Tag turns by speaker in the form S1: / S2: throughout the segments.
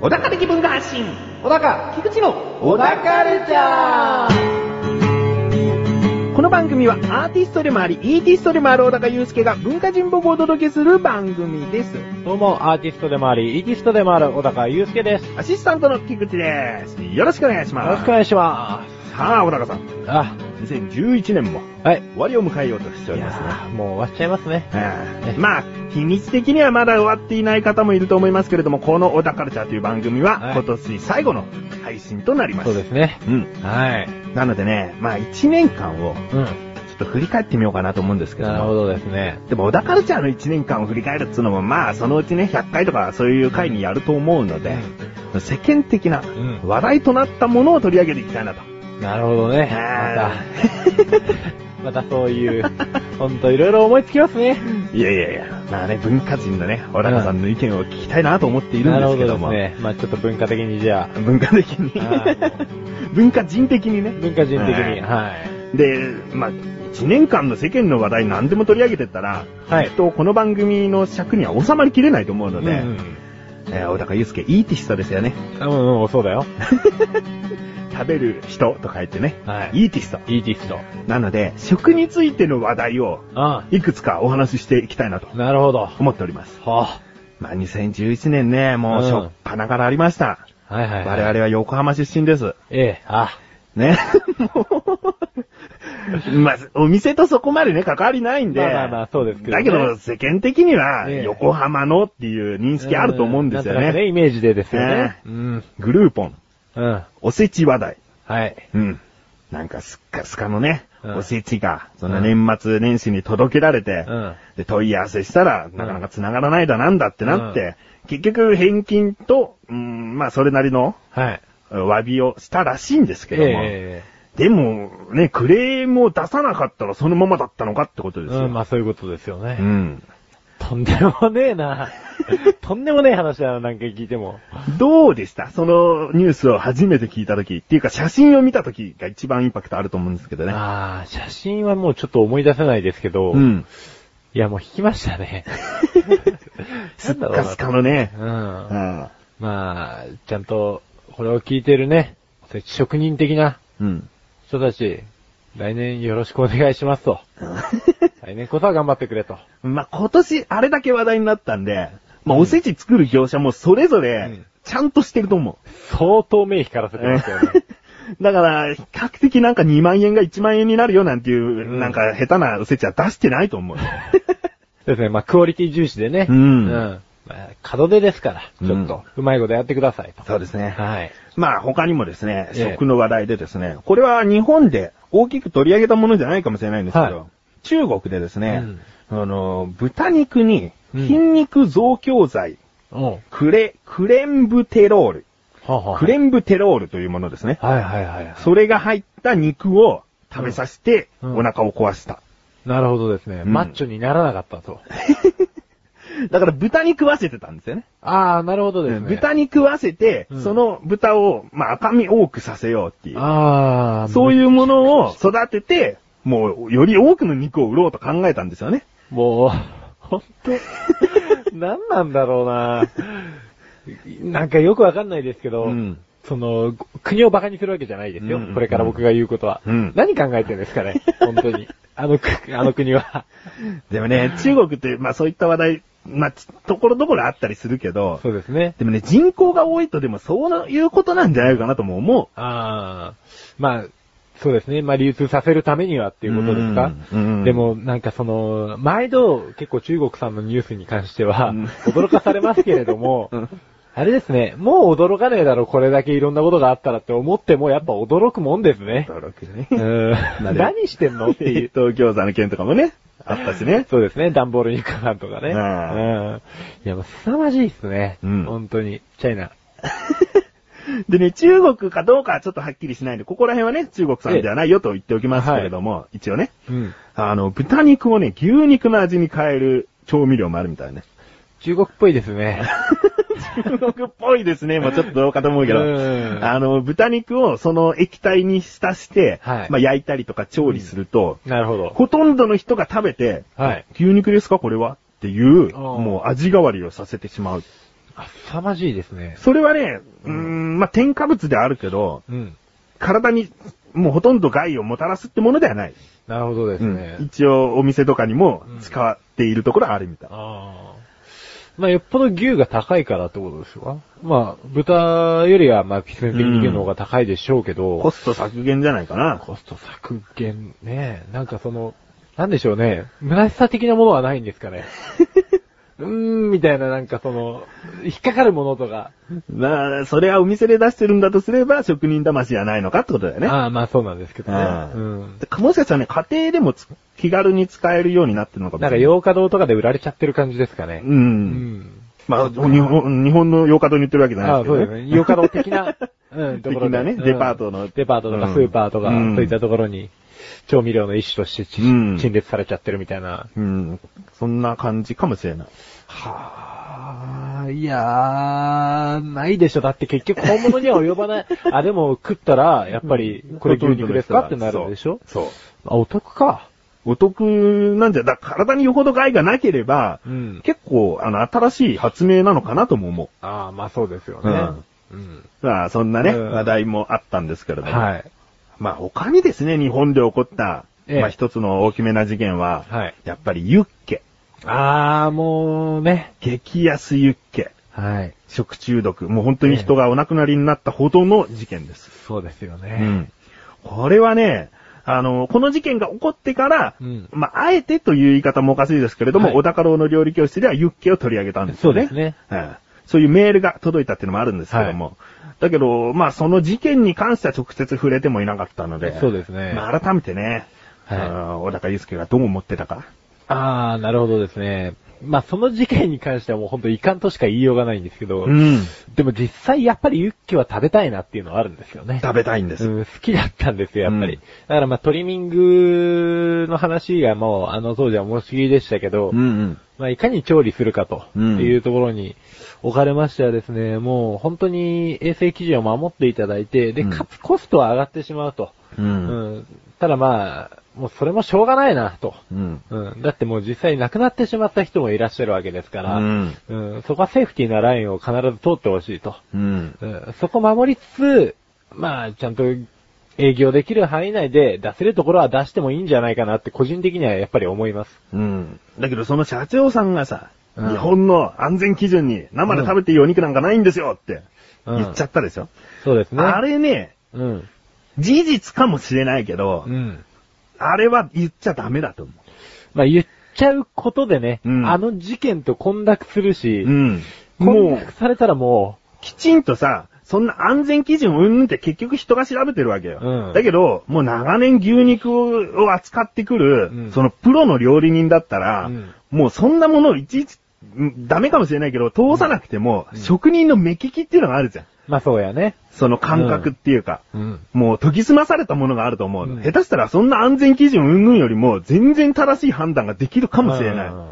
S1: 小高的文化発信
S2: 小高、
S1: 菊池の
S2: 小高ルチャー
S1: この番組はアーティストでもあり、イーティストでもある小高祐介が文化人僕をお届けする番組です。
S2: どうも、アーティストでもあり、イーティストでもある小高祐介です。よ
S1: アシスタントの菊池です。よろしくお願いします。
S2: ろしくお願いしま
S1: さあ、小高さん。
S2: す。あ、
S1: 2011年も
S2: はい。
S1: 終わりを迎えようとしてお
S2: い
S1: りますね。
S2: やーもう終わっちゃいますね。
S1: ええまあ、日にち的にはまだ終わっていない方もいると思いますけれども、この小高カルチャーという番組は、
S2: はい
S1: 今年最後の配信となります。
S2: そうですね。
S1: うん。
S2: はい。
S1: なのでね、まあ1年間を
S2: うん。
S1: ちょっと振り返ってみようかなと思うんですけども
S2: なるほどですね。
S1: でも、小田カルチャーの1年間を振り返るっていうのも、まあ、そのうちね、100回とかそういう回にやると思うので、世間的なん話題となったものを取り上げていきたいなと。
S2: なるほどね。
S1: あ
S2: また、ま たそういう、ほんといろいろ思いつきますね。
S1: いやいやいや、まあね、文化人のね、小高さんの意見を聞きたいなと思っているん
S2: な
S1: で
S2: るほ
S1: すけ
S2: ど
S1: ど
S2: で
S1: も、
S2: すね。まあちょっと文化的にじゃ
S1: 文化的に
S2: あ、
S1: 文化人的にね。
S2: 文化人的
S1: は
S2: に、
S1: い
S2: はい。
S1: で、まあ、1年間の世間の話題何でも取り上げてったら、
S2: はい
S1: きっとこの番組の尺には収まりきれないと思うので、
S2: うん
S1: えー小高祐介、いいティストですよね。
S2: うん、うん、そうだよ。
S1: 食べる人と書いてね、
S2: はい。
S1: いいティスト。
S2: いいティスト。
S1: なので、食についての話題を、
S2: あ
S1: いくつかお話ししていきたいなと
S2: あ、なるほど。は
S1: 思っております。
S2: あ。
S1: まあ、2011年ね、もう
S2: うん
S1: しょっぱなからありました。
S2: はいはい、はい。
S1: 我々は横浜出身です。
S2: ええ、あ、
S1: ね。もう、 まあ、お店とそこまでね、関わりないんで。
S2: まあまあまあ、そうですけど、ね。
S1: だけど、、世間的には、
S2: ええ
S1: 横浜のっていう認識あると思うんですよ
S2: なんとなく
S1: ね。
S2: イメージでですよね
S1: ね。
S2: うん。
S1: グルーポン、
S2: うん。
S1: おせち話題。
S2: はい。
S1: うん。なんかすっかすかのね、
S2: うん
S1: おせちが、その年末年始に届けられて、
S2: うん。
S1: で、問い合わせしたら、なかなか繋がらないだなんだってなって、結局返金と、うん、まあそれなりの
S2: はい。
S1: 詫びをしたらしいんですけ
S2: え
S1: ども、
S2: え
S1: でも、ね、クレームを出さなかったらそのままだったのかってことですよ。
S2: うん、まあそういうことですよね。
S1: うん
S2: とんでもねえな。 とんでもねえ話だな、何回聞いても。
S1: どうでしたそのニュースを初めて聞いたとき、っていうか写真を見たときが一番インパクトあると思うんですけどね。
S2: ああ、写真はもうちょっと思い出せないですけど、
S1: うん。
S2: いやもう引きまし たね。
S1: すっ
S2: なんだろう
S1: か
S2: な
S1: すかのね
S2: う。
S1: う。
S2: ん
S1: ん。
S2: まあ、ちゃんと、これを聞いてるね、職人的な
S1: うん。
S2: 人たち、来年よろしくお願い しますと。来年こそは頑張ってくれと。
S1: まあ、今年あれだけ話題になったんで、まあ、おせち作る業者もそれぞ
S2: う
S1: れ
S2: ん、
S1: ちゃんとしてると思
S2: 相当目光らせ
S1: う。
S2: てますよね。
S1: だから、比較的なんか2万円が1万円になるよなんていう、
S2: うん
S1: なんか下手なおせちは出してないと 思う。
S2: ですね、まあクオリティ重視でね。
S1: うん
S2: まあ、門出ですから、ちょっと、うまいことやってくださいと。
S1: そうですね
S2: はい。
S1: まあ他にもですね、
S2: ええ
S1: 食の話題でですね、これは日本で大きく取り上げたものじゃないかもしれないんですけど、
S2: はい
S1: 中国でですね、あの、豚肉に
S2: うん
S1: 筋肉増強剤、
S2: うん。は
S1: クレ、クレンブテロール、
S2: あはあ
S1: クレンブテロールというものですね。
S2: はいはいはいは
S1: それが入った肉を食べさせて、
S2: うん
S1: お腹を壊した。
S2: い。なるほどですね、
S1: うん
S2: マッチョにならなかったと。
S1: だから豚に食わせてたんですよね。
S2: ああ、なるほどですね。
S1: 豚に食わせて、
S2: うん
S1: その豚を、まあ赤身多くさせようっていう。
S2: ああ、
S1: そう
S2: う。
S1: いうものを育てて、もう、より多くの肉を売ろうと考えたんですよね。
S2: もう、ほん と、なんなんだろうな。なんかよくわかんないですけど、
S1: うん
S2: その、国を馬鹿にするわけじゃないですよ。
S1: うん
S2: これから僕が言うことは。
S1: うん
S2: 何考えてるんですかね、本当に。あのく、あの国は。
S1: でもね、中国って、まあそういった話題、まあ、ちところどころあったりするけど、
S2: そうですね。
S1: でもね、人口が多いとでもそういうことなんじゃないかなとも思
S2: ああ、まあ、そうですね。まあ流通させるためにはっていうことですか。
S1: うんうん
S2: でもなんかその、毎度結構中国さんのニュースに関しては、
S1: うん
S2: 驚かされますけれど も、
S1: うん
S2: あれですね、もう驚かねえだろ、これだけいろんなことがあったらって思ってもやっぱ驚くもんです
S1: う。
S2: ね。
S1: 登録ね
S2: う。ん
S1: る
S2: 何して んのっていう
S1: 冷。凍餃子の件とかもね、あったしね。
S2: そうですね、段ボール床なんとかね。
S1: う
S2: うんん。いや、もう凄まじいっすね。
S1: うん
S2: 本当に。チャイナ。
S1: でね、中国かどうかはちょっとはっきりしないんで、ここら辺はね、中国産ではないよと言っておきますけれども、一応ね、
S2: うん。
S1: あの、豚肉 をね、牛肉の味に変える調味料もあるみたいね。
S2: 中国っぽいですね。
S1: 中国っぽいですね。もうちょっとどうかと思うけど。
S2: うん
S1: あの、豚肉をその液体に浸して、
S2: はい
S1: まあ焼いたりとか調理すると、
S2: なるほど。
S1: ほとんどの人が食べて、
S2: はい
S1: 牛肉ですかこれはっていう、
S2: あー
S1: もう味変わりをさせてしまう。
S2: あ、凄まじいですね。
S1: それはね、うーん、まあ、添加物であるけど、
S2: うん。
S1: 体に、もうほとんど害をもたらすってものではない。
S2: なるほどですね。
S1: うん一応、お店とかにも使っているところはあるみたい。
S2: ああ。まあ、よっぽど牛が高いからってことですかまあ、豚よりは、まあ、必然的に牛の方が高いでしょうけど、
S1: コスト削減じゃないかな。
S2: コスト削減ね。なんかその、なんでしょうね。虚しさ的なものはないんですかね。うーん、みたいななんかその、引っかかるものとか。
S1: まあ、それはお店で出してるんだとすれば、職人魂じゃないのかってことだよね。
S2: ああ、まあそうなんですけどね。う
S1: うん
S2: ん。
S1: でもしかしたらね、家庭でもつ気軽に使えるようになってるのかもし
S2: な
S1: れな
S2: んか、
S1: い。
S2: 洋華堂とかで売られちゃってる感じですかね。
S1: う。
S2: うんん。
S1: まあ、日本、日本の洋華堂に言ってるわけじゃない
S2: あ
S1: で
S2: あ、
S1: す
S2: そう
S1: け
S2: で
S1: ど
S2: す
S1: ね。
S2: ね。洋華堂的 な、うん、ところ
S1: 的
S2: で
S1: なね
S2: うん
S1: デパートの
S2: デパートと
S1: う
S2: か
S1: ん
S2: スーパーとか、
S1: うん
S2: そういったところに、調味料の一種としてち
S1: うん
S2: 陳列されちゃってるみたいな。
S1: うん。そんな感じかもしれない。
S2: はあ、いやー、ないでしょ。だって結局本物には及ば ない。あ、でも食ったら、やっぱり、これ牛肉ですかってなるでしょ
S1: そう。
S2: あ、お得か。
S1: お得なんじゃ、だ体によほど害がなければ、
S2: うん
S1: 結構、あの、新しい発明なのかなとも思
S2: ああ、まあそうですよね。うん。
S1: う。まあ、そんなね、
S2: うん
S1: 話題もあったんですけれども。
S2: はい。
S1: まあ、他にですね、日本で起こった、
S2: ええ
S1: まあ、一つの大きめな事件は、
S2: はい
S1: やっぱりユッケ。
S2: ああ、もうね。
S1: 激安ユッケ。
S2: はい。
S1: 食中毒。もう本当に人がお亡くなりになったほどの事件です。
S2: そうですよ
S1: う
S2: ね。
S1: ん。これはね、あの、この事件が起こってから、
S2: うん
S1: まあ、あえてという言い方もおかしいですけれども、
S2: はい
S1: 小高郎の料理教室ではユッケを取り上げたんですよね。
S2: そうですね
S1: うんそういうメールが届いたっていうのもあるんですけども。だけど、まあ、その事件に関しては直接触れてもいなかったので。
S2: そうですね
S1: まあ、改めてね、
S2: はい
S1: あの小高祐介がどう思ってたか。
S2: ああ、なるほどですね。まあその事件に関してはもう本当遺憾としか言いようがないんですけど、
S1: ん。
S2: でも実際やっぱりユッケは食べたいなっていうのはあるんですよね。
S1: 食べたいんです。
S2: うん、好きだったんですよ、やっぱり。
S1: うん
S2: だからまあトリミングの話がもうあの当時は面白いでしたけど、
S1: うん
S2: まあいかに調理するかと、
S1: うん
S2: っていうところに置かれましてはですね、もう本当に衛生基準を守っていただいて、で、
S1: うん
S2: かつコストは上がってしまうと。
S1: うん。うん。
S2: うん、ただまあ、もうそれもしょうがないなと。
S1: うん。
S2: うん。だってもう実際亡くなってしまった人もいらっしゃるわけですから、
S1: うん
S2: うんそこはセーフティーなラインを必ず通ってほしいと。
S1: うん。
S2: うん。そこ守りつつ、まあ、ちゃんと営業できる範囲内で出せるところは出してもいいんじゃないかなって個人的にはやっぱり思います。
S1: うん。だけどその社長さんがさ、
S2: うん
S1: 日本の安全基準に生で食べていいお肉なんかないんですよって
S2: うん
S1: 言っちゃったでしょ、
S2: そうですね。
S1: あれね、
S2: うん。
S1: 事実かもしれないけど、
S2: うん。
S1: あれは言っちゃダメだと思
S2: まあ言っちゃうことでね、
S1: うん
S2: あの事件と混濁する
S1: う。
S2: し
S1: う、ん。
S2: 混
S1: も
S2: 濁
S1: う、
S2: されたらも
S1: きちんとさ、そんな安全基準うんぬんって結局人が調べてるわけよ。
S2: うん
S1: だけど、もう長年牛肉を扱ってくる、
S2: うん
S1: そのプロの料理人だったら、
S2: うん
S1: もうそんなものをいちいち、うんダメかもしれないけど、通さなくても、職人の目利きっていうのがあるじゃん。
S2: う、まあそうやね。
S1: その感覚っていうか、
S2: うん。
S1: もう研ぎ澄まされたものがあると思うの。
S2: うん
S1: 下手したらそんな安全基準云々よりも全然正しい判断ができるかもしれない。
S2: うん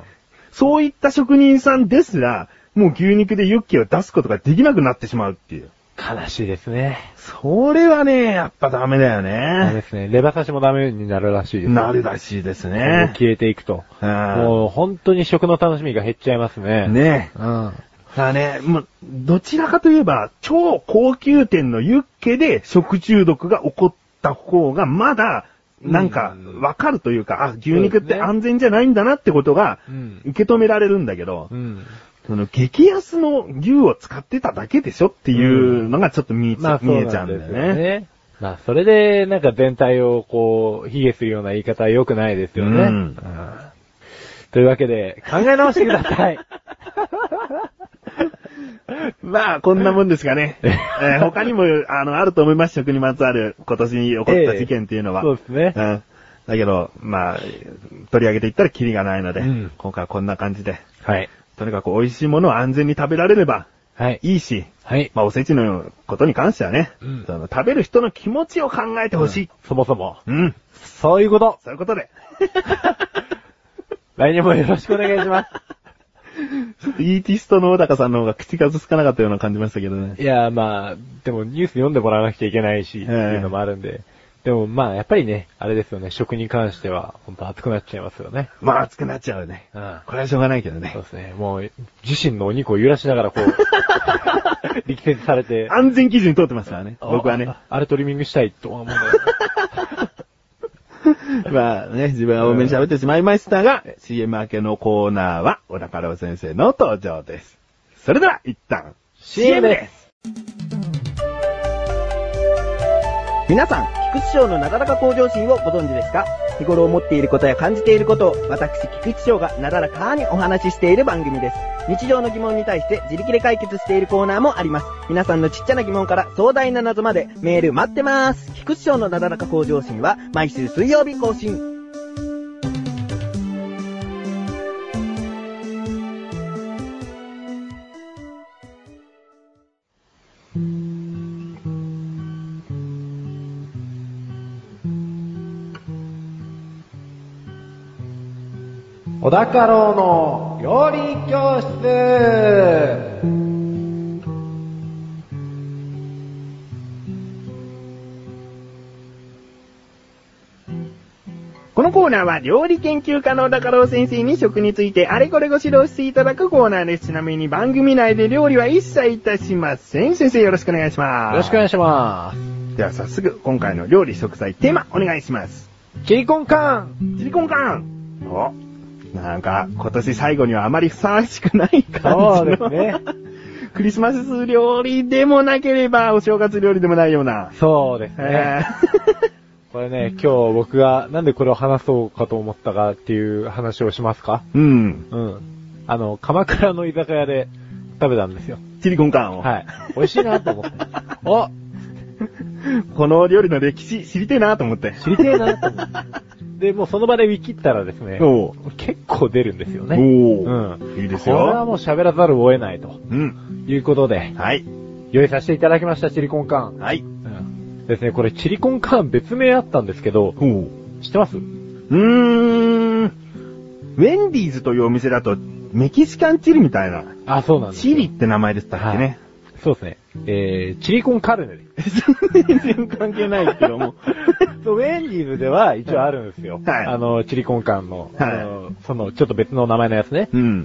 S1: そういった職人さんですら、もう牛肉でユッケを出すことができなくなってしまうっていう。
S2: 悲しいですね。
S1: それはね、やっぱダメだよ
S2: あれ
S1: ね
S2: で。すね。レバ刺しもダメになるらしいです。
S1: なるらしいです
S2: もう
S1: ね。
S2: 消えていくと。
S1: うん
S2: もう本当に食の楽しみが減っちゃいますね。。
S1: ねえ。
S2: うん。
S1: だからね、もう、どちらかといえば、超高級店のユッケで食中毒が起こった方が、まだ、なんか
S2: う、ん
S1: わかるというか、あ、牛肉っ
S2: そうで
S1: て
S2: すね
S1: 安全じゃないんだなってことが
S2: うん、
S1: 受け止められるんだけど、
S2: うん。
S1: その、激安の牛を使ってただけでしょっていうのがちょっと見えち
S2: まあ
S1: ゃ、
S2: そう
S1: 見えちゃうん
S2: な
S1: んだよ
S2: ですよ
S1: ね。
S2: ね。まあそれでなんか全体をこう、卑下するような言い方は良くないですよね。
S1: うん
S2: んというわけで、考え直してくだ さい。
S1: まあ、こんなもんですがね。えー他にも、あの、あると思います。食にまつわる今年に起こった事件っていうのは。
S2: ええそうですね
S1: ん。だけど、まあ、取り上げていったらキリがないので、
S2: うん
S1: 今回はこんな感じで、
S2: はい。
S1: とにかく美味しいものを安全に食べられれば
S2: はい。
S1: いいし、
S2: はい。
S1: まあ、おせちのことに関してはね、
S2: うん
S1: その食べる人の気持ちを考えてほしい。
S2: そもそも、
S1: うん。
S2: そういうこと。
S1: そういうことで、
S2: 来年もよろしくお願いします。
S1: イーティストの小高さんの方が口数少なかったような感じましたけどね。
S2: いや、まあ、でもニュース読んでもらわなきゃいけないし、っていうのもあるんで。でもまあ、やっぱりね、あれですよね、食に関しては、ほんと熱くなっちゃいますよね。
S1: まあ熱くなっちゃうね。
S2: うん。
S1: これはしょうがないけど
S2: そう
S1: ね。
S2: ですね、もう、自身のお肉を揺らしながらこ う、力説されて。
S1: 安全基準通ってますからね。僕はね。
S2: あ。あれトリミングしたいと思うんだよ。
S1: まあね、自分は多めに喋ってしまいましたが、CM 明けのコーナーは、小高郎先生の登場です。それでは、一旦、
S2: CM です。
S3: 皆さん、菊池賞のなだらか向上心をご存知ですか日頃思っていることや感じていることを、私、菊池翔がなだらかにお話ししている番組です。日常の疑問に対して自力で解決しているコーナーもあります。皆さんのちっちゃな疑問から壮大な謎までメール待ってます。菊池賞のなだらか向上心は毎週水曜日更新。
S2: 小高郎の料理教室
S1: このコーナーは料理研究家の小高郎先生に食についてあれこれご指導していただくコーナーです。ちなみに番組内で料理は一切いたしません。先生よろしくお願いします。
S2: よろしくお願いしま
S1: では早速、今回の料理食材テーマお願いします。
S2: す。キリコンカン
S1: チリコンカンおなんか、今年最後にはあまりふさわしくない
S2: そ
S1: 感
S2: う
S1: じ
S2: です
S1: の、
S2: ね。
S1: クリスマス料理でもなければ、お正月料理でもないような。
S2: そうですね。
S1: え
S2: これね、今日僕がなんでこれを話そうかと思ったかっていう話をしますか
S1: ー、うん。
S2: うん。あの、鎌倉の居酒屋で食べたんですよ。
S1: チリコンカンを。
S2: はい。美味しいなと思 って。お
S1: この料理の歴史知りてえなと思って。
S2: 知りてえなと思って。で、もうその場で見切ったらですね、
S1: おう
S2: 結構出るんですよね。
S1: お
S2: う
S1: ー
S2: ん。
S1: いいです
S2: これは
S1: よ。
S2: もう喋らざるを得ないと
S1: うん。
S2: いうことで、
S1: はい。
S2: 用意させていただきました、チリコンカーン。
S1: はい。
S2: うん。ですね、これチリコンカーン別名あったんですけど、
S1: おう。
S2: 知ってます
S1: うーん。ウェンディーズというお店だと、メキシカンチリみたいな。
S2: あ、そうなんです。
S1: チリって名前でしたっけね。
S2: そうですね。えー、チリコンカルネです。
S1: 全然関係ないけども。
S2: そう、ウェンディーズでは一応あるんですよ。
S1: はい
S2: あの、チリコンカンの、
S1: はい
S2: あの、その、ちょっと別の名前のやつね。
S1: うん
S2: うん。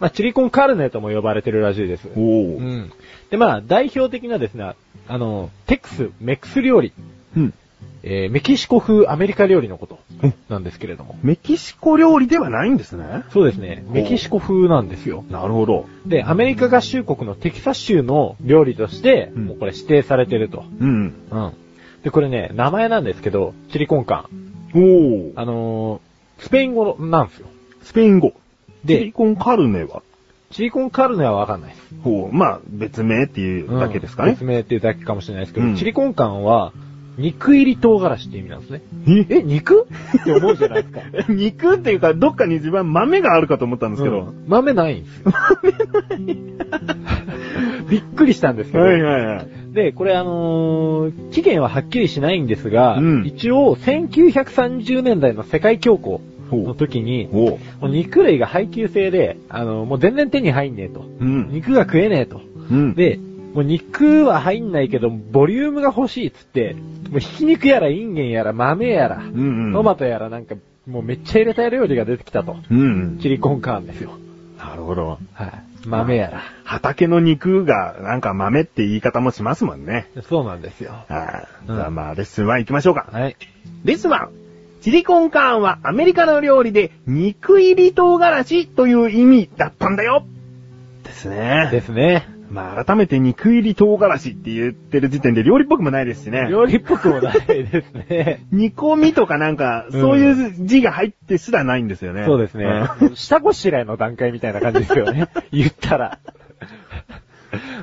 S2: まあ、チリコンカルネとも呼ばれてるらしいです。
S1: お
S2: う
S1: お。
S2: ん。で、まあ、代表的なですね、あの、テックス、メックス料理、
S1: うん。
S2: えー、メキシコ風アメリカ料理のこと
S1: うん、
S2: なんですけれども。
S1: メキシコ料理ではないんですね。
S2: そうですね、メキシコ風なんですよ。
S1: なるほど。
S2: で、アメリカ合衆国のテキサス州の料理として、
S1: うん
S2: もうこれ指定されてると。
S1: うん。
S2: うん。で、これね、名前なんですけど、チリコンカ
S1: お
S2: ン。
S1: お。
S2: あのー、スペイン語のなんですよ。
S1: スペイン語。
S2: で
S1: シリコンカルネは
S2: チリコンカルネはわかんないです。
S1: ほう。まあ、別名っていうだけですか
S2: うん
S1: ね
S2: 別。名っていうだけかもしれないですけど、
S1: うん
S2: チリコンカンは、肉入り唐辛子って意味なんですね。
S1: え
S2: え、肉って思うじゃないですか。
S1: え 肉っていうか、どっかに自分は豆があるかと思ったんですけ
S2: う
S1: ど。
S2: ん豆ないんですよ。びっくりしたんですけど。
S1: はいはいはい。
S2: で、これあのー期限ははっきりしないんですが、
S1: うん
S2: 一応1930年代の世界恐慌の
S1: ほ
S2: 時に
S1: う。、おう。
S2: もう肉類が配給制で、あのーもう全然手に入んねえと。
S1: うん。
S2: 肉が食えねえと。
S1: うん。
S2: で、もう肉は入んないけど、ボリュームが欲しいっつって、もうひき肉やらインゲンやら豆やら、
S1: うんうん。
S2: トマトやらなんか、もうめっちゃ入れた料理が出てきたと。
S1: うん。
S2: チリコンカーンですよ。
S1: なるほど。
S2: はい。豆やら。
S1: 畑の肉が、なんか豆って言い方もしますもんね。
S2: そうなんですよ。
S1: ああ。
S2: うん
S1: じゃあまあ、レッスン1行きましょうか。
S2: はい。
S1: レッスン 1! チリコンカーンはアメリカの料理で肉入り唐辛子という意味だったんだよですね。
S2: ですね。
S1: まあ、改めて肉入り唐辛子って言ってる時点で料理っぽくもないですしね。
S2: 料理っぽくもないですね。
S1: 煮込みとかなんか、
S2: うん
S1: そういう字が入ってすらないんですよね。
S2: そう ですね
S1: ん。
S2: 下ごしらえの段階みたいな感じですよね。 言ったら。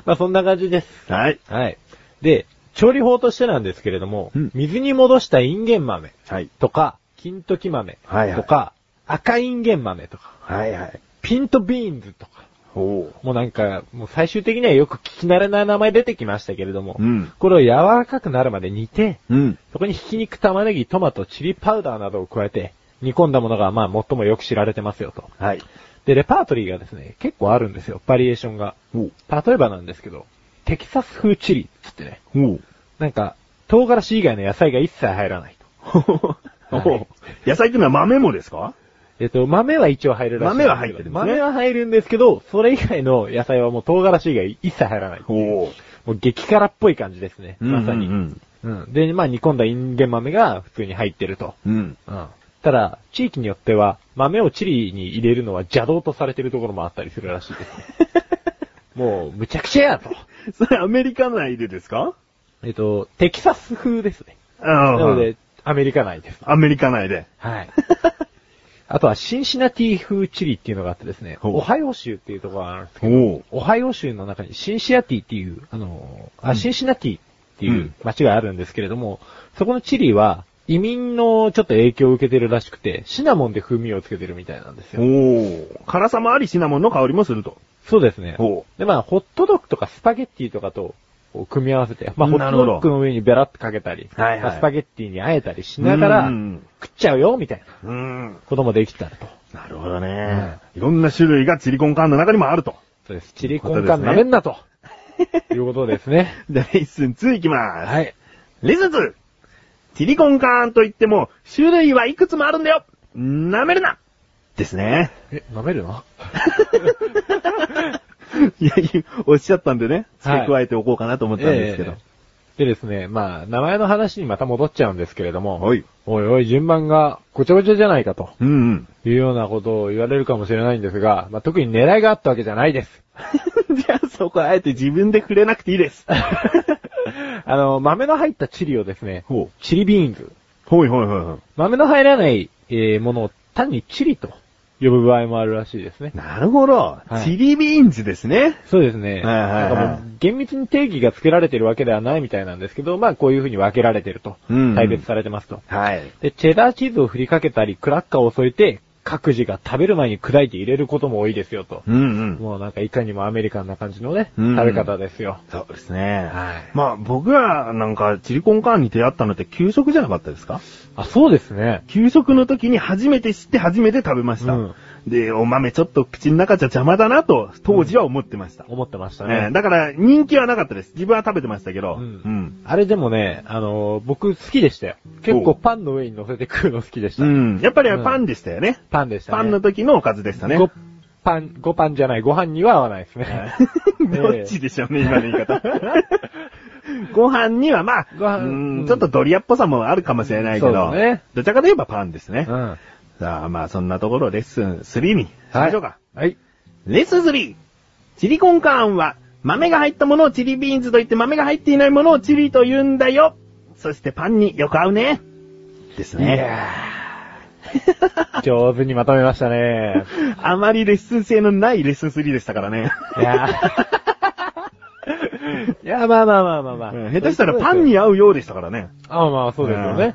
S2: まあそんな感じです。
S1: はい。
S2: はい。で、調理法としてなんですけれども、
S1: うん
S2: 水に戻したインゲン豆
S1: はい。
S2: とか、金時豆とか、
S1: はいはい
S2: 赤インゲン豆とか、
S1: はいはい。
S2: ピントビーンズとか、
S1: おう。
S2: もうなんか、もう最終的にはよく聞き慣れない名前出てきましたけれども、
S1: うん
S2: これを柔らかくなるまで煮て、
S1: うん。
S2: そこにひき肉、玉ねぎ、トマト、チリパウダーなどを加えて、煮込んだものがまあ最もよく知られてますよと。
S1: はい。
S2: で、レパートリーがですね、結構あるんですよ、バリエーションが。
S1: お
S2: 例えばなんですけど、テキサス風チリっつってね、
S1: お
S2: なんか、唐辛子以外の野菜が一切入らないと。
S1: お野菜っていうの は豆もですか
S2: えっと、豆は一応入るらしいんです
S1: 豆
S2: けど。
S1: は入ってるんですね
S2: 豆は入るんですけど、それ以外の野菜はもう唐辛子以外一切入らない。
S1: おお。
S2: もう激辛っぽい感じですね。まさに。
S1: う
S2: うん
S1: ん
S2: で、まあ煮込んだインゲン豆が普通に入ってると。
S1: うんうん。うん。
S2: うん。ただ、地域によっては、豆をチリに入れるのは邪道とされてるところもあったりするらしいですね。 もう、むちゃくちゃやと。
S1: それアメリカ内でですか
S2: えっと、テキサス風ですね。
S1: な
S2: なので、アメリカ内です。
S1: アメリカ内で。
S2: はい。あとは、シンシナティ風チリっていうのがあってですね、
S1: ほう
S2: オハイオ州っていうところがあるんですけど、
S1: おお。
S2: オハイオ州の中にシンシアティっていう、あの、あ、シンシナティって
S1: う
S2: いうん街があるんですけれども、そこのチリは、移民のちょっと影響を受けてるらしくて、シナモンで風味をつけてるみたいなんです
S1: お
S2: よ。
S1: お。辛さもありシナモンの香りもすると。
S2: そうですね。
S1: お
S2: で、まあ、ホットドッグとかスパゲッティとかと、こう組み合わせて、まあ、ホ
S1: な
S2: ッ
S1: る
S2: ト
S1: ほど
S2: ドッグの上にベラッとかけたり、
S1: はいはい
S2: まあスパゲッティにあえたりしながら
S1: う、ん
S2: 食っちゃうよ、みたいな
S1: うん。
S2: こともできたらと。
S1: なるほどね。いろんな種類がチリコンカーンの中にもあると。
S2: そうです。チリコンカン舐めんなと。いうことです ね。
S1: じゃあレッスン2いきます。
S2: はい。
S1: レッスン 2! チリコンカーンといっても、種類はいくつもあるんだよ舐めるなです ね。
S2: え、舐めるの
S1: いや、いおっしゃったんでね、付け加えておこうかなと思ったんですけど。
S2: ええでですね、まあ、名前の話にまた戻っちゃうんですけれども、
S1: はい。
S2: おいおい、順番がごちゃごちゃじゃないかと。
S1: うん うん。
S2: いうようなことを言われるかもしれないんですが、まあ、特に狙いがあったわけじゃな いです。
S1: じゃあそこはあえて自分で触れなくていいです。
S2: あの、豆の入ったチリをですね、
S1: ほ
S2: チリビーンズ。
S1: う。ほいほいほいほ
S2: 豆の入らない、えーものを単にチリと呼ぶ場合もあるらしいですね
S1: い。。なるほど。
S2: はい
S1: チリビーンズですね。
S2: そうです
S1: は
S2: ね。
S1: いはいはい
S2: なんかもう厳密に定義がつけられてるわけではないみたいなんですけど、まあこういう風に分けられてると。
S1: うんうん
S2: 対別されてますと。
S1: はい。
S2: で、チェダーチーズを振りかけたり、クラッカーを添えて、各自が食べる前に砕いて入れることも多いですよと。
S1: うんうん。
S2: もうなんかいかにもアメリカンな感じのね、
S1: うん
S2: 食べ方ですよ。
S1: そうですね。
S2: はい
S1: まあ僕らなんかチリコンカーンに出会ったのって給食じゃなかったですか
S2: あ、そうですね。
S1: 給食の時に初めて知って初めて食べました。
S2: うん
S1: で、お豆ちょっと口の中じゃ邪魔だなと当時は思ってました。
S2: 思ってました
S1: え
S2: ね
S1: え。だから人気はなかったです。自分は食べてましたけど。
S2: うんあれでもね、あのー僕好きでしたよ。結構パンの上に乗せて食うの好きで
S1: う
S2: した。
S1: ん。やっぱりパンでしたよね。
S2: パンでしたね。
S1: パンの時のおかずでしたね。
S2: ご、パン、ごパンじゃない、ご飯には合わないですね。
S1: どっちでしょうね、今の言い 方。ご飯にはまあ、
S2: ご飯
S1: うん
S2: うん
S1: ちょっとドリアっぽさもあるかもしれないけ
S2: そう
S1: ど、
S2: だね
S1: どちらかといえばパンですね
S2: う。ん。
S1: さあまあそんなところレッスン3にしましょうか。
S2: はい。
S1: レッスン 3! チリコンカーンは豆が入ったものをチリビーンズと言って豆が入っていないものをチリと言うんだよそしてパンによく合うねです
S2: い
S1: ね。
S2: やー上手にまとめましたね。
S1: あまりレッスン性のないレッスン3でしたからね。
S2: いや ーいやー、まあまあまあまあまあ。
S1: うん下手したらパンに合うようでしたからね。
S2: ああまあ、そうですよね。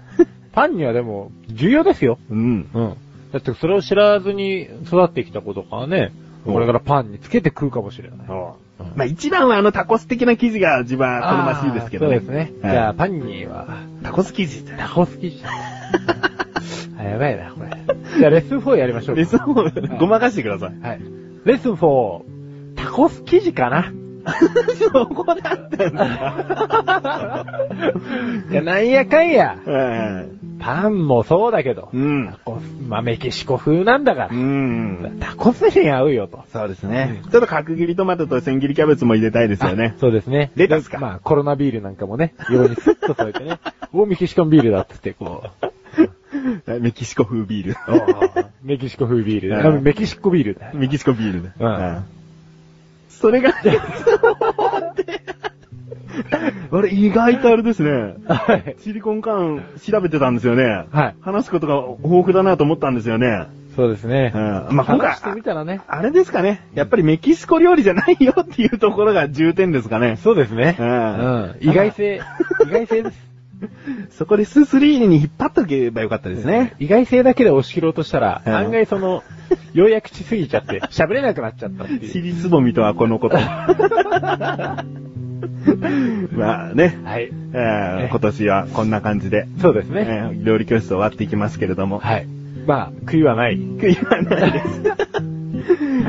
S2: パンにはでも、重要ですよ。
S1: うん。
S2: うん。だってそれを知らずに育ってきた子とかはね、
S1: うん
S2: これからパンにつけて食うかもしれない。
S1: そう
S2: うん
S1: まあ一番はあのタコス的な生地が自分は好ましいですけど
S2: あーそうですね。じ
S1: はい
S2: ゃあ、パンには、
S1: タコス生地って。
S2: タコ好きじゃん。 あ、やばいな、これ。じゃあ、レッスン4やりましょうか。
S1: レッスンをごまかしてくだ さい。
S2: はい。レッスン4、タコス生地かな
S1: そこだったんだ。
S2: いや、なんやかんや。
S1: う
S2: パンもそうだけど、
S1: ん
S2: タ。コス、まあ、メキシコ風なんだか
S1: う
S2: ら、
S1: ん。
S2: タコスに合うよと。
S1: そうですね。ちょっと角切りトマトと千切りキャベツも入れたいですよね
S2: あ。そうですね。
S1: レタスか
S2: まあ、コロナビールなんかもね、横にスッと添えてね、おメキシコンビールだっつって、こう、
S1: メキシコ風ビー
S2: メキシコ風ビール
S1: う
S2: だ。
S1: ん
S2: メキシコビールだ
S1: ル。。 メキシコビールね。
S2: うん
S1: うんそれ が、あれ、意外とあれですね。
S2: はい。
S1: シリコンカーン調べてたんですよね。
S2: はい
S1: 話すことが豊富だなと思ったんですよね。
S2: そうですね
S1: う。ん。まあ、今
S2: 話
S1: 回
S2: してみ、たらね。
S1: ああれですかね。やっぱりメキシコ料理じゃないよっていうところが重点ですかね。
S2: そうですね。
S1: う
S2: うんん。意外性、意外性です。
S1: そこでスースリーに引っ張っとけばよかったですね。
S2: 意外性だけで押し切ろうとしたら、
S1: うん
S2: 案外その、要約しすぎちゃって、喋れなくなっちゃったっていう。
S1: 尻つぼみとはこ のこと。まあね、
S2: はい。
S1: えー今年はこんな感じで、
S2: そうです
S1: え
S2: ね。
S1: ー料理教室終わっていきますけれども、
S2: はい。まあ、悔いはない。
S1: 悔いはないです。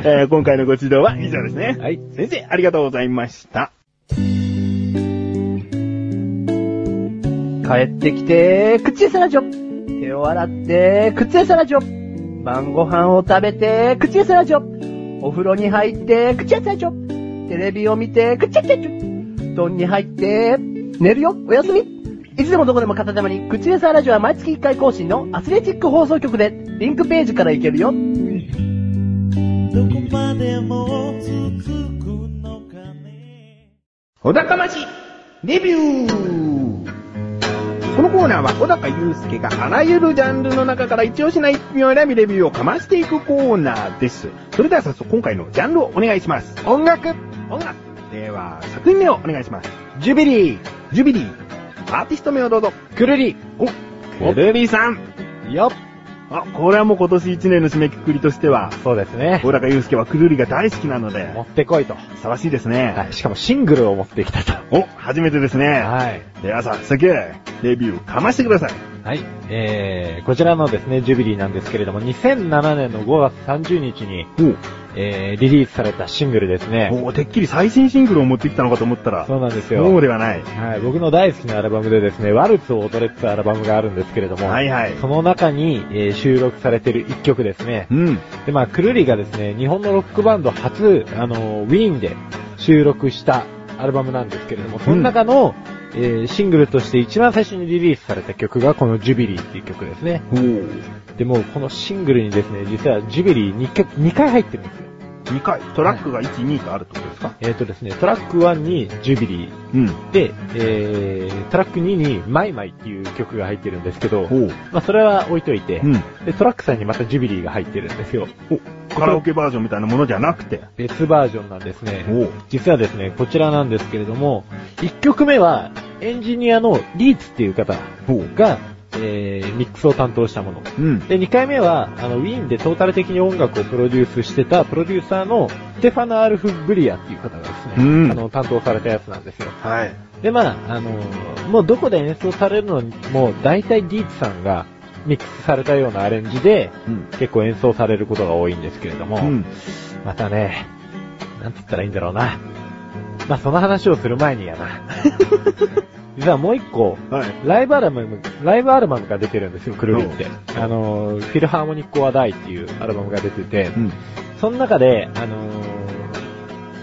S1: えー今回のご指導は以上ですね。
S2: はい。
S1: 先生、ありがとうございました。
S3: 帰ってきて、口餌ラジオ。手を洗って、口餌ラジオ。晩ご飯を食べて、口餌ラジオ。お風呂に入って、口餌ラジオ。テレビを見て、口餌ラジオ。布団に入って、寝るよ、おやすみ。いつでもどこでも片手間に、口餌ラジオは毎月1回更新のアスレチック放送局で、リンクページから行けるよ。
S4: どこまでも続くのかね
S1: 小高まし、レビューこのコーナーは小高祐介があらゆるジャンルの中から一押しな一品を選びレビューをかましていくコーナーです。それでは早速今回のジャンルをお願いします。
S2: 音楽
S1: 音楽では作品名をお願いします。
S2: ジュビリー
S1: ジュビリー、アーティスト名をどうぞ。
S2: くるり
S1: お、ルビーさん。
S2: よっ
S1: あ、これはもう今年1年の締めくくりとしては、
S2: そうですね。
S1: 小高祐介はくるりが大好きなので
S2: 持、ってこいと。
S1: ふさわしいですね。
S2: はい。しかもシングルを持ってきたと。
S1: お、初めてですね。
S2: はい。
S1: では早速、レビューかましてください。
S2: はい。えー、こちらのですね、ジュビリーなんですけれども、2007年の5月30日に、
S1: おう
S2: えー、リリースされたシングルですね。
S1: もうてっきり最新シングルを持ってきたのかと思ったら、
S2: そうなんです
S1: そう
S2: よ。
S1: ではない。
S2: はい。僕の大好きなアルバムでですね、ワルツを踊れってアルバムがあるんですけれども、
S1: はいはい。
S2: その中に、えー収録されてる一曲ですね
S1: う。ん。
S2: で、まあ、クルリがですね、日本のロックバンド初、あのー、ウィーンで収録したアルバムなんですけれども、その中の、えーシングルとして一番最初にリリースされた曲がこのジュビリーっていう曲ですね。
S1: おー
S2: でもうこのシングルにですね、実はジュビリー2回 ,2 回入ってるんですよ。
S1: 2回、トラックが1、2とあるってことですか
S2: えっ、とですね、トラック1にジュビリー、
S1: うん。
S2: で、えー、トラック2にマイマイっていう曲が入ってるんですけど、
S1: おう。
S2: まあそれは置いといて、
S1: うん。
S2: で、トラック3にまたジュビリーが入ってるんですよ。
S1: お、カラオケバージョンみたいなものじゃなくて。
S2: 別バージョンなんですね。
S1: おう。
S2: 実はですね、こちらなんですけれども、1曲目はエンジニアのリーツっていう方
S1: おう。
S2: が、えー、ミックスを担当したもの。
S1: うん。
S2: で、2回目は、あの、ウィーンでトータル的に音楽をプロデュースしてたプロデューサーのステファナ・アルフ・ブリアっていう方がですね、
S1: うん
S2: あの、担当されたやつなんですよ。
S1: はい。
S2: で、まあ、あの、もうどこで演奏されるのにも、大体ディーツさんがミックスされたようなアレンジで、
S1: うん。
S2: 結構演奏されることが多いんですけれども、
S1: うん。
S2: またね、なんつったらいいんだろうな。まあ、その話をする前にや な。実はもう一個、
S1: はい。
S2: ライブアルバム、ライブアルバムが出てるんですよ、クルリって。あのー、フィルハーモニック・オア・ダイっていうアルバムが出てて
S1: う、ん。
S2: その中で、あのー、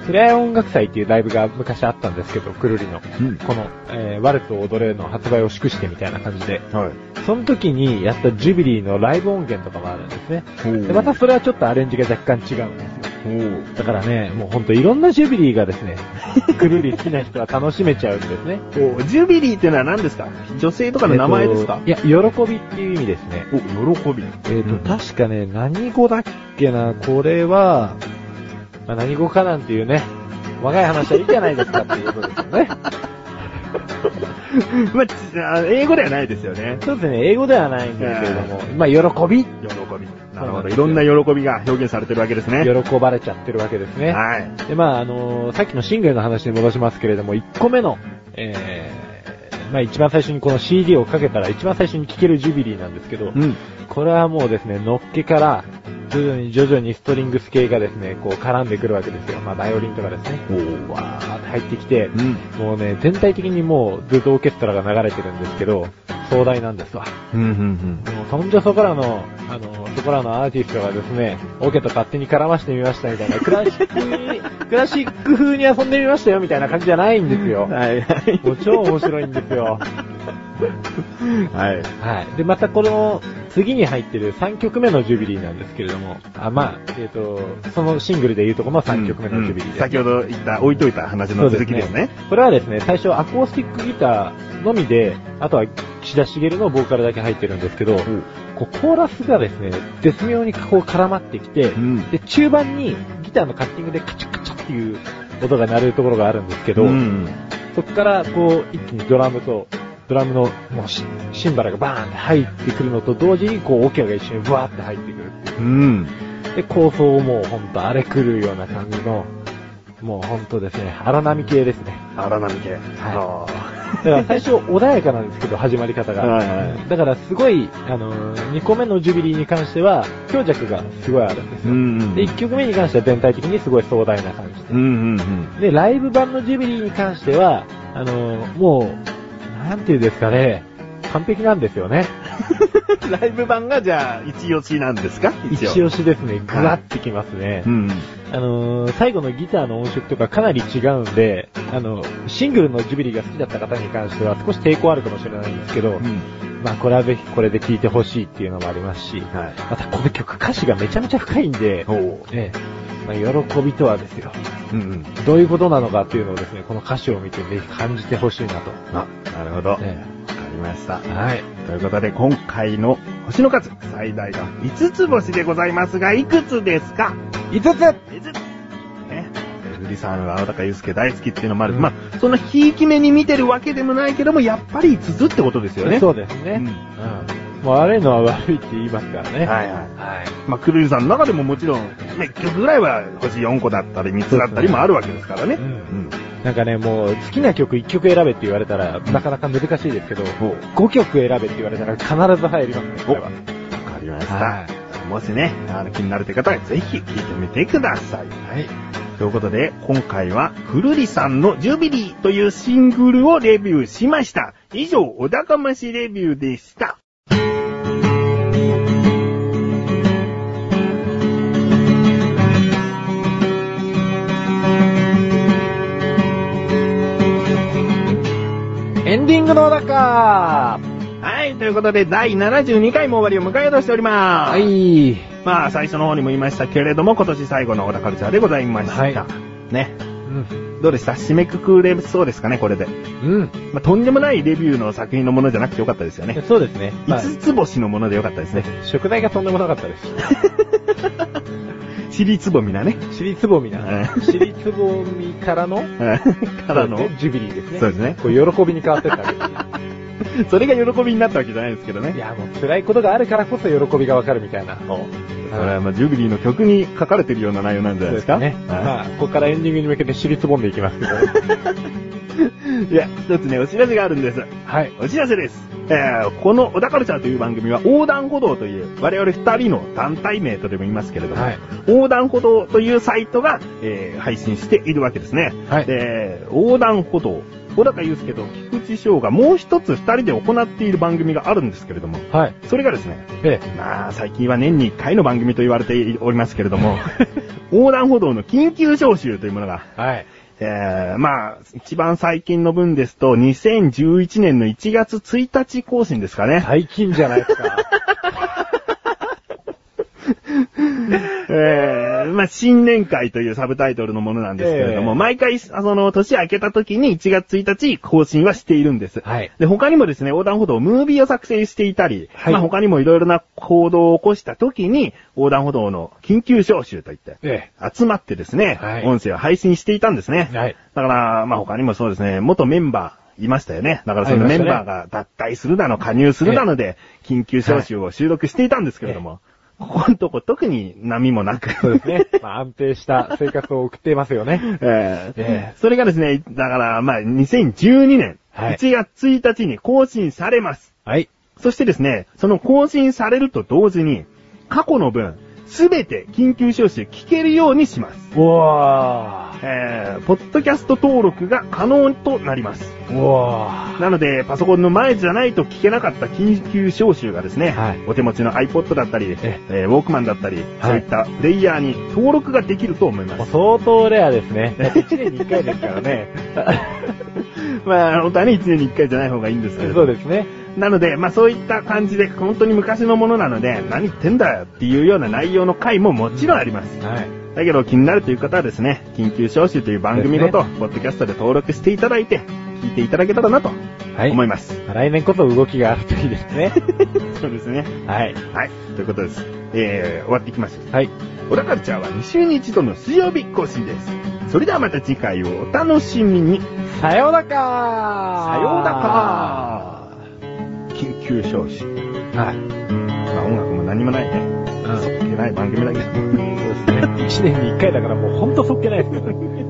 S2: フレア音楽祭っていうライブが昔あったんですけど、クルリの。
S1: うん。
S2: この、えーワルツを踊れの発売を祝してみたいな感じで。
S1: はい。
S2: その時にやったジュビリーのライブ音源とかもあるんですね。
S1: おう
S2: で、また、それはちょっとアレンジが若干違うんですよ。
S1: おう。
S2: だからね、もうほんといろんなジュビリーが ですね、くるり好きな人は楽しめちゃうんですね。
S1: おうジュビリーってのは何ですか女性とかの名前ですか、
S2: えっといや、喜びっていう意味ですね。
S1: お、喜び。
S2: えっ、と、
S1: うん
S2: 確かね、何語だっけな、これは、まあ、何語かなんていうね、若い話はいいじゃないですかっていうことですよ ね。
S1: まあちあ、英語ではないですよね。
S2: そうですね、英語ではないんですけれども、まあ、喜び、
S1: 喜び。なる
S2: そうな
S1: ほ
S2: ん
S1: ど。
S2: ですよ
S1: いろんな喜びが表現されてるわけですね。
S2: 喜ばれちゃってるわけですね。
S1: はい。
S2: で、まあ、あのーさっきのシングルの話に戻しますけれども、1個目の、えー、まあ、一番最初にこの CD をかけたら一番最初に聴けるジュビリーなんですけど、
S1: うん。
S2: これはもうですね、のっけから、徐々に徐々にストリングス系がですね、こう絡んでくるわけですよ。まあ、バイオリンとかですね。
S1: おう
S2: わーって入ってきて、
S1: うん。
S2: もうね、全体的にもうずっとオーケストラが流れてるんですけど、壮大なんですわ。
S1: うん、うん、
S2: もう、トンジョソプラノ、あの、ソプラノアーティストがですね、オケと勝手に絡ましてみましたみたいな、クラシックに、クラシック風に遊んでみましたよみたいな感じじゃないんですよ
S1: うん。。はい、はい。
S2: もう超面白いんですよ。
S1: はい。
S2: はい。で、またこの次に入ってる3曲目のジュビリーなんですけれども、あ、まあ、えっ、と、そのシングルで言うとこの3曲目のジュビリーです。
S1: 先ほど言った、置いといた話の続きですね。
S2: これはですね、最初アコースティックギターのみで、あとは岸田茂のボーカルだけ入ってるんですけど、こうコーラスがですね、絶妙にこう絡まってきて
S1: う、ん。
S2: で、中盤にギターのカッティングでカチャカチャっていう音が鳴るところがあるんですけど、
S1: ん。
S2: そこからこう一気にドラムと、ドラムのもうシシンバルがバーンって入ってくるのと同時にこうオケが一緒にブワーって入ってくるってい
S1: うん。
S2: う。で、構想もうほんと荒れ狂うような感じの、もうほんとですね、荒波系ですね。
S1: 荒波系。
S2: はい
S1: は
S2: だ から最初穏やかなんですけど、始まり方が。
S1: はいは
S2: だからすごい、あのー、2個目のジュビリーに関しては、強弱がすごいあるんです
S1: う
S2: よ。
S1: んうん。
S2: で、1曲目に関しては全体的にすごい壮大な感じ
S1: うんうんうん。
S2: で。で、ライブ版のジュビリーに関しては、あのー、もう、なんていうんですかね、完璧なんですよね。
S1: ライブ版がじゃあ、一押しなんですか
S2: 一
S1: 応。
S2: 押しですね、ぐわってきますね。
S1: うん。
S2: あのー、最後のギターの音色とかかなり違うんで、あの、シングルのジュビリーが好きだった方に関しては少し抵抗あるかもしれないんですけど、まあこれはぜひこれで聴いてほしいっていうのもあります
S1: は
S2: し、
S1: い。
S2: またこの曲歌詞がめちゃめちゃ深いんで、
S1: お
S2: ええ、まあ喜びとはですよ、
S1: うんうん。
S2: どういうことなのかっていうのをですね、この歌詞を見てぜひ感じてほしいなと。
S1: あ、なるほど。わか
S2: え
S1: りました。
S2: え、はい。
S1: ということで、今回の星の数、最大が5つ星でございますが、いくつですか
S2: 5つ
S1: ?5 つね。え富士山は青高祐介大好きっていうのもある。
S2: うん
S1: まあ、そのひいき目に見てるわけでもないけども、やっぱり5つってことですよね。
S2: そうです
S1: う
S2: ね。
S1: ん。
S2: うん。もう悪いのは悪いって言いますから
S1: は
S2: ね。
S1: いはい。
S2: はい。
S1: まあ、クルーズさんの中でももちろん、ね、1曲ぐらいは星4個だったり3つだったりもあるわけですからね。
S2: うん
S1: うん。
S2: なんかね、もう好きな曲1曲選べって言われたら、なかなか難しいですけど、5曲選べって言われたら必ず入りますね、これは。
S1: わかりまし
S2: は
S1: た。もしね、あの気になるという方はぜひ聞いてみてください。
S2: はい。
S1: ということで、今回は、くるりさんのジュビリーというシングルをレビューしました。以上、お高ましレビューでした。
S2: エンディングの中
S1: はい、ということで、第72回も終わりを迎えようとしております。
S2: はい。
S1: まあ、最初の方にも言いましたけれども、今年最後の小田カルチャーでございました。
S2: はい
S1: ね。
S2: うん。
S1: どうでした締めくくれそうですかね、これで。
S2: うん。
S1: まあ、とんでもないレビューの作品のものじゃなくてよかったですよね。
S2: そうですね。まあ、
S1: 5つ星のものでよかったですね。
S2: 食材がとんでもなかったです。
S1: 尻つぼみなね。
S2: 尻つぼみ
S1: は
S2: な。
S1: い
S2: 尻つぼみからの、
S1: からの
S2: そう。ですねジュビリーですね。
S1: そうですね。
S2: こう喜びに変わってった わ
S1: それが喜びになったわけじゃないですけど
S2: けい
S1: ね。
S2: や、もう辛いことがあるからこそ喜びがわかるみたいな。
S1: そう。それはまあジュビリーの曲に書かれてるような内容なんじゃないですか。
S2: ね。
S1: は
S2: まあ、ここからエンディングに向けて尻つぼんでいきますけど。
S1: いいや、一つね、お知らせがあるんです。
S2: はい。
S1: お知らせです。えー、この小田カルチャーという番組は横断歩道という我々二人の団体名とでも言いますけれども、
S2: はい
S1: 横断歩道というサイトが、えー配信しているわけですね。
S2: はい
S1: で、横断歩道、小高祐介と菊池翔がもう一つ二人で行っている番組があるんですけれども、
S2: はい。
S1: それがですね、
S2: ええ。
S1: まあ、最近は年に1回の番組と言われておりますけれども、 横断歩道の緊急招集というものが、
S2: はい。
S1: えー、まあ、一番最近の分ですと、2011年の1月1日更新ですか ね。
S2: 最近じゃないですか。
S1: えー、まあ、新年会というサブタイトルのものなんですけれども、
S2: ええ
S1: 毎回、あその、年明けた時に1月1日更新はしているんです。
S2: はい。
S1: で、他にもですね、横断歩道、ムービーを作成していたり、
S2: はい
S1: まあ他にもいろいろな行動を起こした時に、横断歩道の緊急招集といって、
S2: え
S1: 集まってですね、
S2: はい
S1: 音声を配信していたんですね。
S2: はい
S1: だから、まあ他にもそうですね、元メンバーいましたよね。だからその
S2: あ
S1: メ
S2: りまし
S1: ン
S2: たね
S1: バーが脱退するなの、加入するなので、緊急招集を収録していたんですけれども、ここのとこ特に波もなく、
S2: そうですね。まあ、安定した生活を送っていますよね。
S1: えー
S2: ええ
S1: それがですね、だから、まあ、2012年、
S2: はい
S1: 1月1日に更新されます。
S2: はい。
S1: そしてですね、その更新されると同時に、過去の分、すべて緊急招集聞けるようにします。
S2: うわ
S1: えー、ポッドキャスト登録が可能となります。
S2: ー。うわ
S1: なので、パソコンの前じゃないと聞けなかった緊急招集がですね、
S2: はい
S1: お手持ちの iPod だったり、え
S2: え
S1: ーウォークマンだったり、そういったプレイヤーに登録ができると思い
S2: ー。
S1: ま
S2: もう
S1: す。
S2: 相当レアですね。1年に1回ですからね。
S1: まあ、本当はね、1年に1回じゃない方がいいんですけれど。
S2: そうですね。
S1: なので、まあそういった感じで、本当に昔のものなので、何言ってんだよっていうような内容の回ももちろんあります。
S2: はい。
S1: だけど気になるという方はですね、緊急招集という番組ごと、ポッドキャストで登録していただいて、聞いていただけたらなと
S2: はい。
S1: 思います。
S2: 来年こそ動きがあるといいです ね。
S1: そうですね。
S2: はい。
S1: はい、ということです。えー、終わっていきましょう。
S2: はい。
S1: 小田カルチャーは2週に一度の水曜日更新です。それではまた次回をお楽しみに。さ
S2: さような
S1: ような
S2: らか
S1: ら緊急招集。
S2: さようならはい。
S1: まあ音楽も何もないね。
S2: うん。そう
S1: いけない番組だけど。
S2: ですね。1年に1回だからもうほんとそっけないですから。